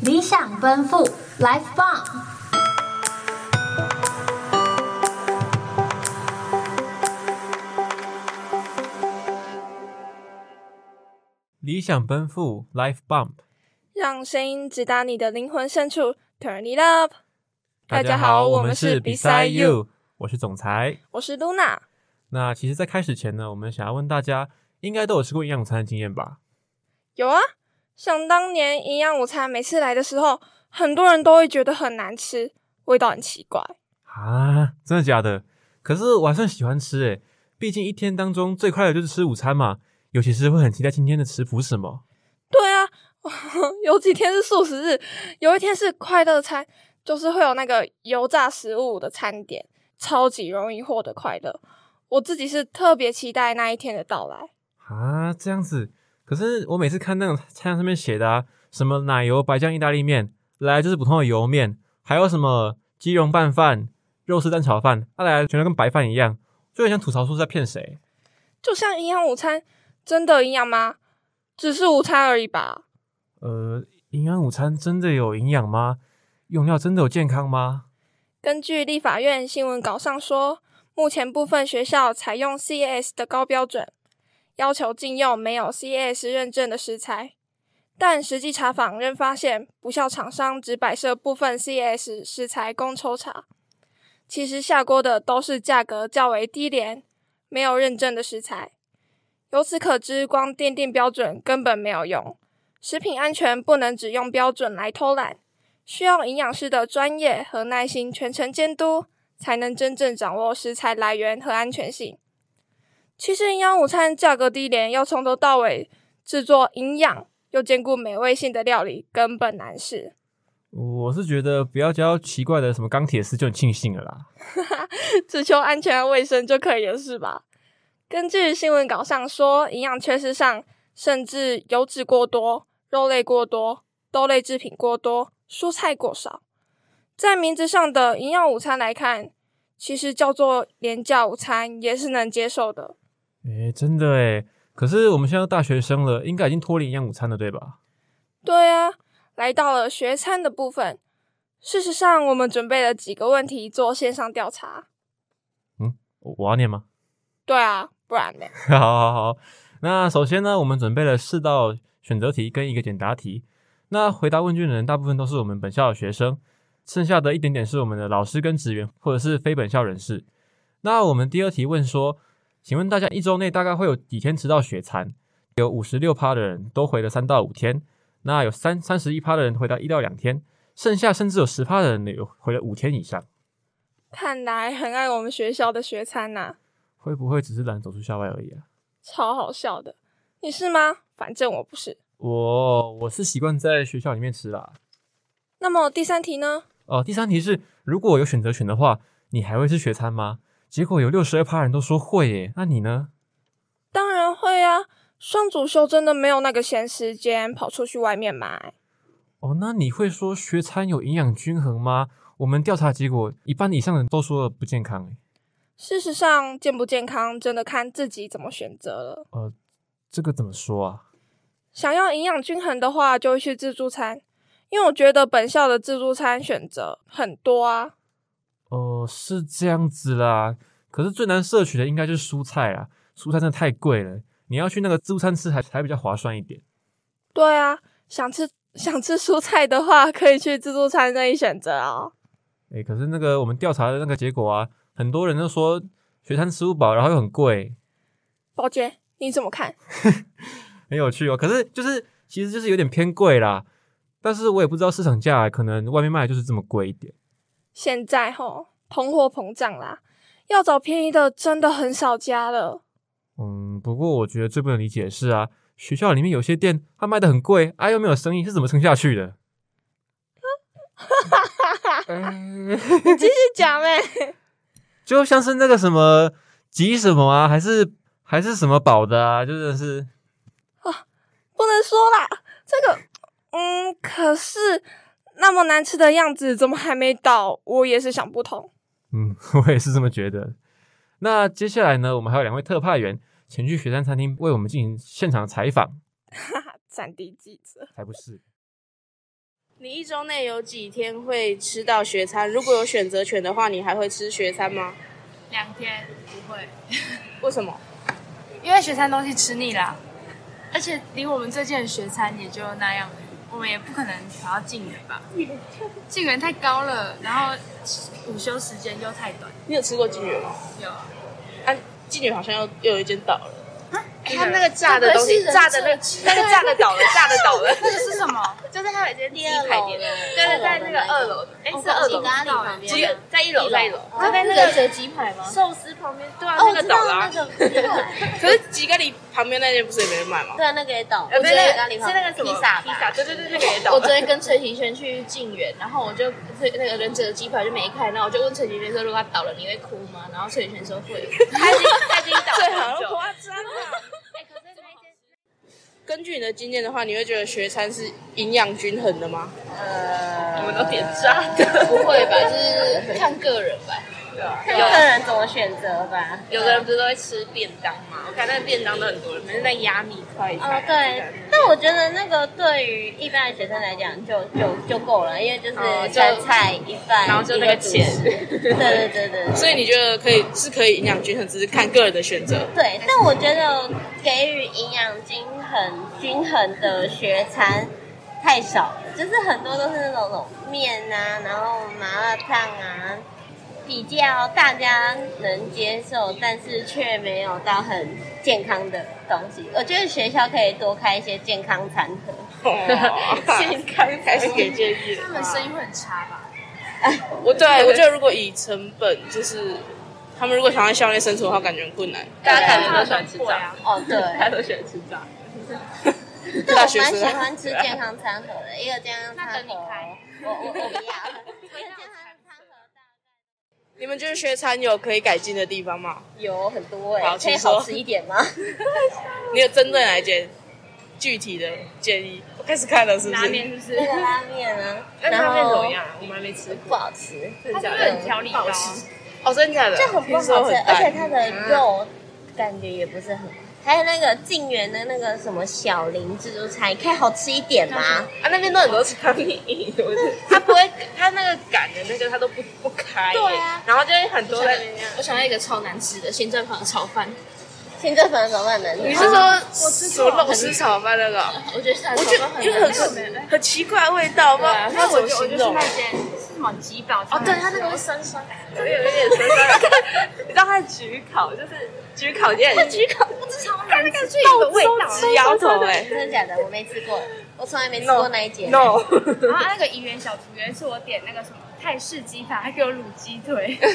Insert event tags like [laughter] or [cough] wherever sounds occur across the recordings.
理想奔赴，Life 棒。理想奔赴，Life Bump。让声音直达你的灵魂深处，Turn it up！大家好我们是比 Beside You 我是总裁。我是 Luna。那其实，在开始前呢，我们想要问大家，应该都有吃过营养午餐的经验吧？有啊，想当年营养午餐每次来的时候，很多人都会觉得很难吃，味道很奇怪。啊，真的假的？可是我还算喜欢吃诶，毕竟一天当中最快乐就是吃午餐嘛，尤其是会很期待今天的食谱是什么。对啊， [laughs] 有几天是素食日，有一天是快乐餐，就是会有那个油炸食物的餐点，超级容易获得快乐。我自己是特别期待那一天的到来。啊，这样子。可是我每次看那种菜单上面写的、啊，什么奶油白酱意大利面，来就是普通的油面，还有什么鸡茸拌饭、肉丝蛋炒饭，它、来全都跟白饭一样，就很想吐槽说是在骗谁。就像营养午餐，真的营养吗？只是午餐而已吧。呃，营养午餐真的有营养吗？用料真的有健康吗？根据立法院新闻稿上说，目前部分学校采用 CAS 的高标准，要求禁用没有 CAS 认证的食材，但实际查访仍发现不肖厂商只摆设部分 CAS 食材供抽查，其实下锅的都是价格较为低廉、没有认证的食材。由此可知，光奠定标准根本没有用。食品安全不能只用标准来偷懒，需要营养师的专业和耐心全程监督，才能真正掌握食材来源和安全性。其实营养午餐价格低廉，要从头到尾制作营养又兼顾美味性的料理，根本难事。我是觉得不要教奇怪的什么钢铁丝就很庆幸了啦。只求安全和卫生就可以了，是吧？根据新闻稿上说，营养缺失上甚至油脂过多、肉类过多、豆类制品过多、蔬菜过少。在名字上的营养午餐来看，其实叫做廉价午餐也是能接受的。诶，真的诶。可是我们现在都大学生了，应该已经脱离营养午餐了，对吧？对啊，来到了学餐的部分。事实上，我们准备了几个问题做线上调查。我我要念吗？对啊，不然呢？ [laughs] 好好好，那首先呢，我们准备了四道选择题跟一个简答题。那回答问卷的人大部分都是我们本校的学生，剩下的一点点是我们的老师跟职员或者是非本校人士。那我们第二题问说，请问大家一周内大概会有几天吃到雪餐？有五十六趴的人都回了三到五天，那有三三十一趴的人回答一到两天，剩下甚至有十趴的人有回了五天以上。看来很爱我们学校的学餐呐、会不会只是懒得走出校外而已啊？超好笑的。你是吗？反正我不是。我我是习惯在学校里面吃啦。那么第三题呢？哦，第三题是，如果有选择权的话，你还会吃学餐吗？结果有六十二趴人都说会耶，那你呢？当然会啊，双主修真的没有那个闲时间跑出去外面买。哦，那你会说学餐有营养均衡吗？我们调查结果，一半以上的人都说了不健康耶。事实上，健不健康真的看自己怎么选择了。这个怎么说啊？想要营养均衡的话，就会去自助餐，因为我觉得本校的自助餐选择很多啊。哦，是这样子啦。可是最难摄取的应该就是蔬菜啦，蔬菜真的太贵了，你要去那个自助餐吃还还比较划算一点。对啊，想吃想吃蔬菜的话，可以去自助餐那里选择啊、诶，可是那个我们调查的那个结果啊，很多人都说学餐吃不饱，然后又很贵，宝姐，你怎么看？很有趣哦。可是就是其实就是有点偏贵啦，但是我也不知道市场价可能外面卖就是这么贵一点。现在吼，通货膨胀啦，要找便宜的真的很少家了。嗯，不过我觉得最不能理解的是啊，学校里面有些店它卖的很贵，啊又没有生意，是怎么撑下去的？ [laughs] 呃你 [laughs] 继续讲欸呗。就像是那个什么吉什么啊，还是还是什么宝的啊，就真的是 [laughs] 不能说啦，这个，嗯，可是那么难吃的样子，怎么还没到？我也是想不通。嗯， [laughs] 我也是这么觉得。那接下来呢，我们还有两位特派员前去雪山餐厅为我们进行现场采访，闪地记者，才不是。你一周内有几天会吃到学餐？如果有选择权的话，你还会吃学餐吗？两天不会，为什么？因为学餐东西吃腻了，啊而且离我们最近的学餐也就那样而已，我们也不可能跑到晋远吧？晋远太高了，然后午休时间又太短，你有吃过金源吗？有啊啊，金源好像又又有一间倒了。他那个炸的东西，炸的那那个炸的 [laughs] 倒了，炸的倒了。那个是什么？就是它有一间鸡二排楼店，的对二对，楼在的那那个一二个楼，哎，是二鸡楼吗，咖喱旁只边有，在一楼，在一楼，就在那那个个蛇鸡排吗？寿司旁边，对啊，哦，那我个知倒道了那啊。个，对， [laughs] 可是吉咖喱旁边那间不是也没人买吗？对，那个也倒。呃我对觉得对咖喱是那个什么披萨披萨，吧。对对对，那个也倒了。我昨天跟陈行轩去晋远，然后我就那那个忍者的鸡排就没开，然后我就问陈行轩说，如果他倒了你会哭吗？然后陈行轩说会。他已经他已经倒最了 [laughs] 好很久。夸张了。根据你的经验的话，你会觉得学餐是营养均衡的吗？呃，我们都点炸的，不会吧？就是看个人吧。啊有个人怎么选择吧？有的人不是都会吃便当吗？我看那个便当都很多人，每次在压米块。哦，对，但我觉得那个对于一般的学生来讲就就就够了，因为就是三菜一饭，哦然后就那个一主钱食对对对对。所以你觉得可以是可以营养均衡，只是看个人的 [laughs] 选择。对，但我觉得呃给予营养均衡均衡的学餐太少了，就是很多都是那种面啊，然后麻辣烫啊，比较大家能接受，但是却没有到很健康的东西。我觉得学校可以多开一些健康餐盒。哦健康开始给建议他们生意会很差吧？我对啊我觉得如果以成本，就是他们如果想要在校内生存的话，感觉很困难。大家他感们觉都很喜欢吃贵啊炸。 [laughs] 哦，对，都喜欢吃炸。 [laughs] 但大我学蛮生啊喜欢吃健康餐盒的，一个健康餐盒，我我我 [laughs] 不要，一个健康餐盒。你们觉得学餐有可以改进的地方吗？有很多好哎、可以请说好吃一点吗？你有针对哪一间具体的建议？我开始看了，是不拉是？面是不是？那个拉面啊，那然拉后面怎么样？我们还没吃过。不好吃，他是不是很啊调理高？哦，真的假的？就很不听好说吃，很而且淡。它的肉感觉也不是很。还有那个晋源的那个什么小林自助餐，可以好吃一点吗？啊，那边都很多产品，我是 [laughs] 它不会，它那个擀的那个它都不不开，对啊，然后就会很多在那我想要一个超难吃的新正房的炒饭，清蒸粉怎么很难吃？你是说什么肉丝炒饭那个？我觉得它的我炒觉饭得很因为很难吃。很很奇怪的味道，不知道啊不知道那怎我么就我就形是容那。间是什么吉宝？哦，对，他那个会生酸。有有点酸 [laughs] 酸的，你知道它的焗烤就是焗烤店，它焗烤那个味道直摇头哎真的假的？我没吃过，我从来没吃过那一节。 [laughs] ，no， [laughs] 然后那个怡园小厨有一次我点那个什么泰式鸡排，还给我卤鸡 [laughs] 腿，哎，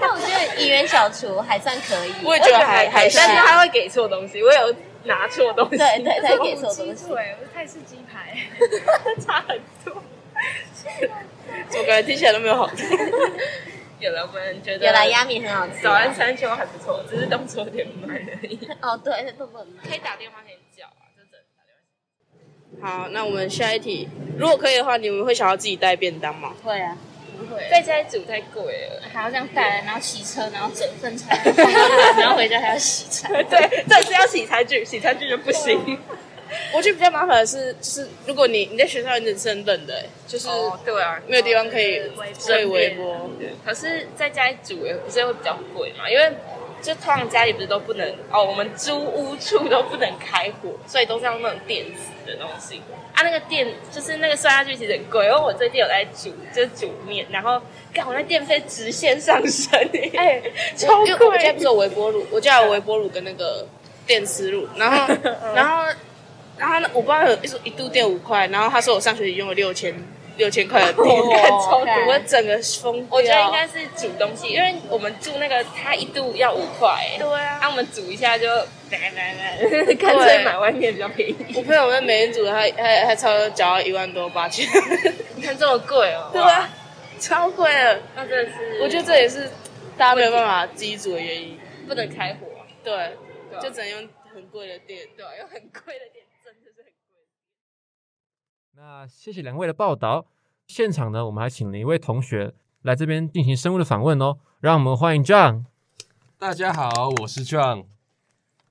但我觉得怡园小厨还算可以，我也觉得还还但是它他会给错东西，我有拿错东对对，他给错卤 [laughs] 鸡东西。腿，我是泰式鸡排。差很多。我感觉听起来都没有好听。有了，我们觉得有啦，鸭米很好吃早啊。安三秋还不错，只是动作有点慢而已。哦，对，都很可以打电话给你叫啊，就真打电话。好，那我们下一题，如果可以的话，你们会想要自己带便当吗？会啊。在家里煮太贵了，还要这样带来，然后洗车，然后整份 [laughs] 菜，然后回家还要洗菜。对，这是要洗餐具，洗餐具就不行。啊我觉得比较麻烦的是，就是如果你你在学校你只吃很冷的、欸就是对啊，没有地方可以喂微波。可是在家里煮也不是会比较贵嘛，因为就通常家里不是都不能哦，我们租屋处都不能开火，所以都是用那种电子的东西。啊，那个电就是那个算下去其实很贵，因为我最近有在煮，就是煮面，然后看我那电费直线上升，哎、超因为我家贵不。是有微波炉，我家有微波炉跟那个电磁炉，然后然后然后呢，我不知道有一说一度电五块，然后他说我上学期用了六千六千块的电， [laughs] 超多我整个疯掉。我觉得应该是煮东西，因为我们住那个它一度要五块、哎对啊那、我们煮一下就 [laughs] 来来来， [laughs] 干脆买外面比较便宜。我朋友们每天煮的，他还还差不多交一万多八千，你看这么贵哦、对啊，超贵了。那真的是，我觉得这也是大家没有办法自己煮的原因。不能开火、对，对啊就只能用很贵的电。对、啊，有很贵的店真的是很贵。那谢谢两位的报道。现场呢，我们还请了一位同学来这边进行深入的访问哦。让我们欢迎 John。大家好，我是 John，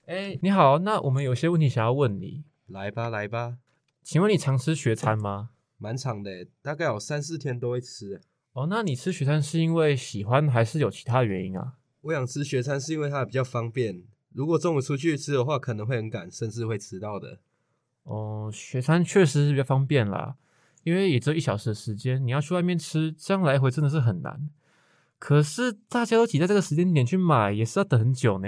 哎，你好，那我们有些问题想要问你，来吧来吧，请问你常吃学餐吗？蛮长的耶，欸大概有三四天都会吃耶。哦，那你吃雪餐是因为喜欢，还是有其他原因啊？我想吃学餐是因为它比较方便，如果中午出去吃的话，可能会很赶，甚至会迟到的。哦，雪餐确实是比较方便啦，因为也只有一小时的时间，你要去外面吃，这样来回真的是很难。可是大家都挤在这个时间点去买，也是要等很久呢。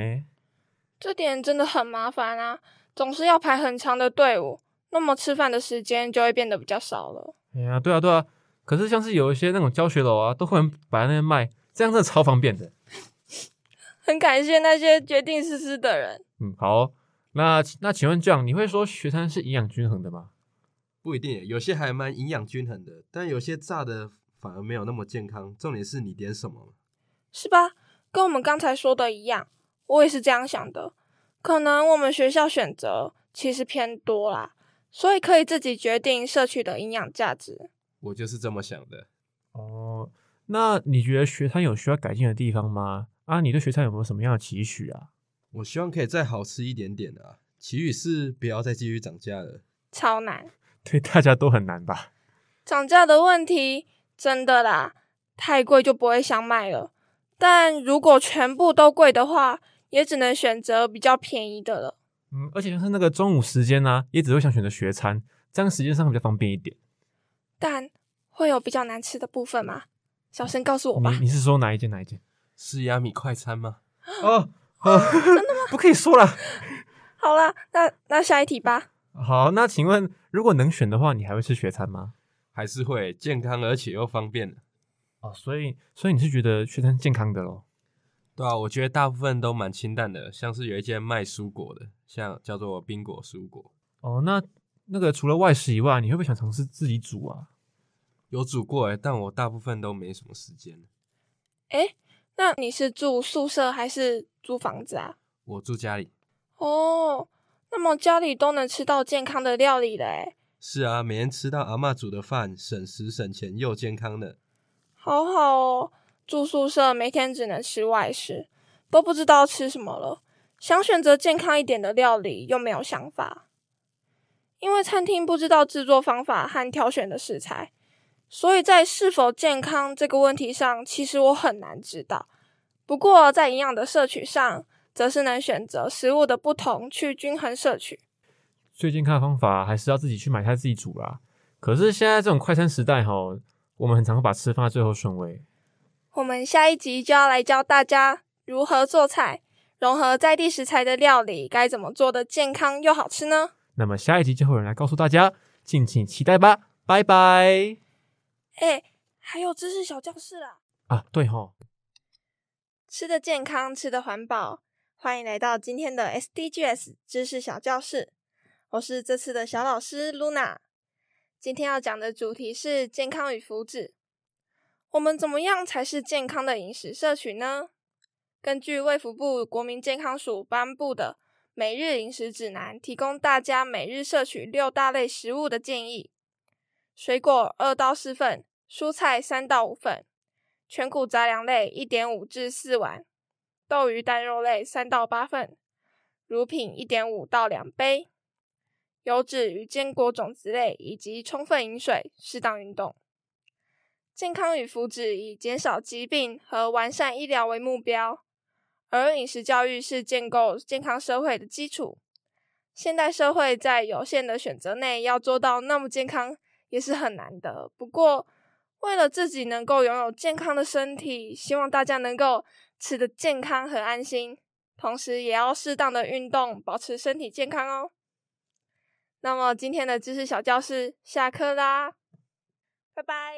这点真的很麻烦啊，总是要排很长的队伍，那么吃饭的时间就会变得比较少了。哎呀，对啊，对啊。可是像是有一些那种教学楼啊，都会有人摆在那边卖，这样真的超方便的。很感谢那些决定实施的人。嗯，好哦、那那请问这样，你会说学餐是营养均衡的吗？不一定欸耶，有些还蛮营养均衡的，但有些炸的反而没有那么健康。重点是你点什么。是吧？跟我们刚才说的一样，我也是这样想的。可能我们学校选择其实偏多啦，所以可以自己决定摄取的营养价值。我就是这么想的。哦，那你觉得学餐有需要改进的地方吗？啊，你对学餐有没有什么样的期许啊？ [laughs] 我希望可以再好吃一点点啊，祈雨是不要再继续涨价了。超难，对大家都很难吧？涨价的问题真的啦，太贵就不会想买了。但如果全部都贵的话，也只能选择比较便宜的了。嗯，而且就是那个中午时间呢、啊，也只会想选择学餐，这样时间上比较方便一点。但会有比较难吃的部分吗？小声告诉我吧你。你是说哪一间哪一间？是亚米快餐吗？ [gasps] 哦，哦 [laughs] 不可以说了。好啦，那那下一题吧。好，那请问如果能选的话，你还会吃学餐吗？还是会健康而且又方便的。哦，所以所以你是觉得学餐健康的咯？对啊，我觉得大部分都蛮清淡的，像是有一间卖蔬果的，像叫做冰果蔬果，哦，那那个除了外食以外，你会不会想尝试自己煮啊？有煮过哎，但我大部分都没什么时间。诶，那你是住宿舍还是租房子啊？我住家里。哦，那么家里都能吃到健康的料理了诶，是啊，每天吃到阿嬷煮的饭，省时省钱又健康的。好好哦。住宿舍每天只能吃外食，都不知道吃什么了。想选择健康一点的料理，又没有想法，因为餐厅不知道制作方法和挑选的食材，所以在是否健康这个问题上，其实我很难知道。不过在营养的摄取上，则是能选择食物的不同去均衡摄取。最健康的方法还是要自己去买菜自己煮啦。可是现在这种快餐时代哈，我们很常会把吃放在最后顺位。我们下一集就要来教大家如何做菜，融合在地食材的料理该怎么做的健康又好吃呢？那么下一集就会有人来告诉大家，敬请期待吧，拜拜哎，还有知识小教室啦！啊！对吼，吃的健康，吃的环保，欢迎来到今天的 SDGs 知识小教室。我是这次的小老师 Luna。今天要讲的主题是健康与福祉。我们怎么样才是健康的饮食摄取呢？根据卫福部国民健康署颁布的《每日饮食指南》，提供大家每日摄取六大类食物的建议：水果二到四份，蔬菜三到五份，全谷杂粮类一点五至四碗，豆鱼蛋肉类三到八份，乳品一点五到两杯，油脂与坚果种子类以及充分饮水，适当运动。健康与福祉以减少疾病和完善医疗为目标，而饮食教育是建构健康社会的基础。现代社会在有限的选择内要做到那么健康也是很难的。不过，为了自己能够拥有健康的身体，希望大家能够吃得健康和安心，同时也要适当的运动，保持身体健康哦。那么今天的知识小教室下课啦，拜拜。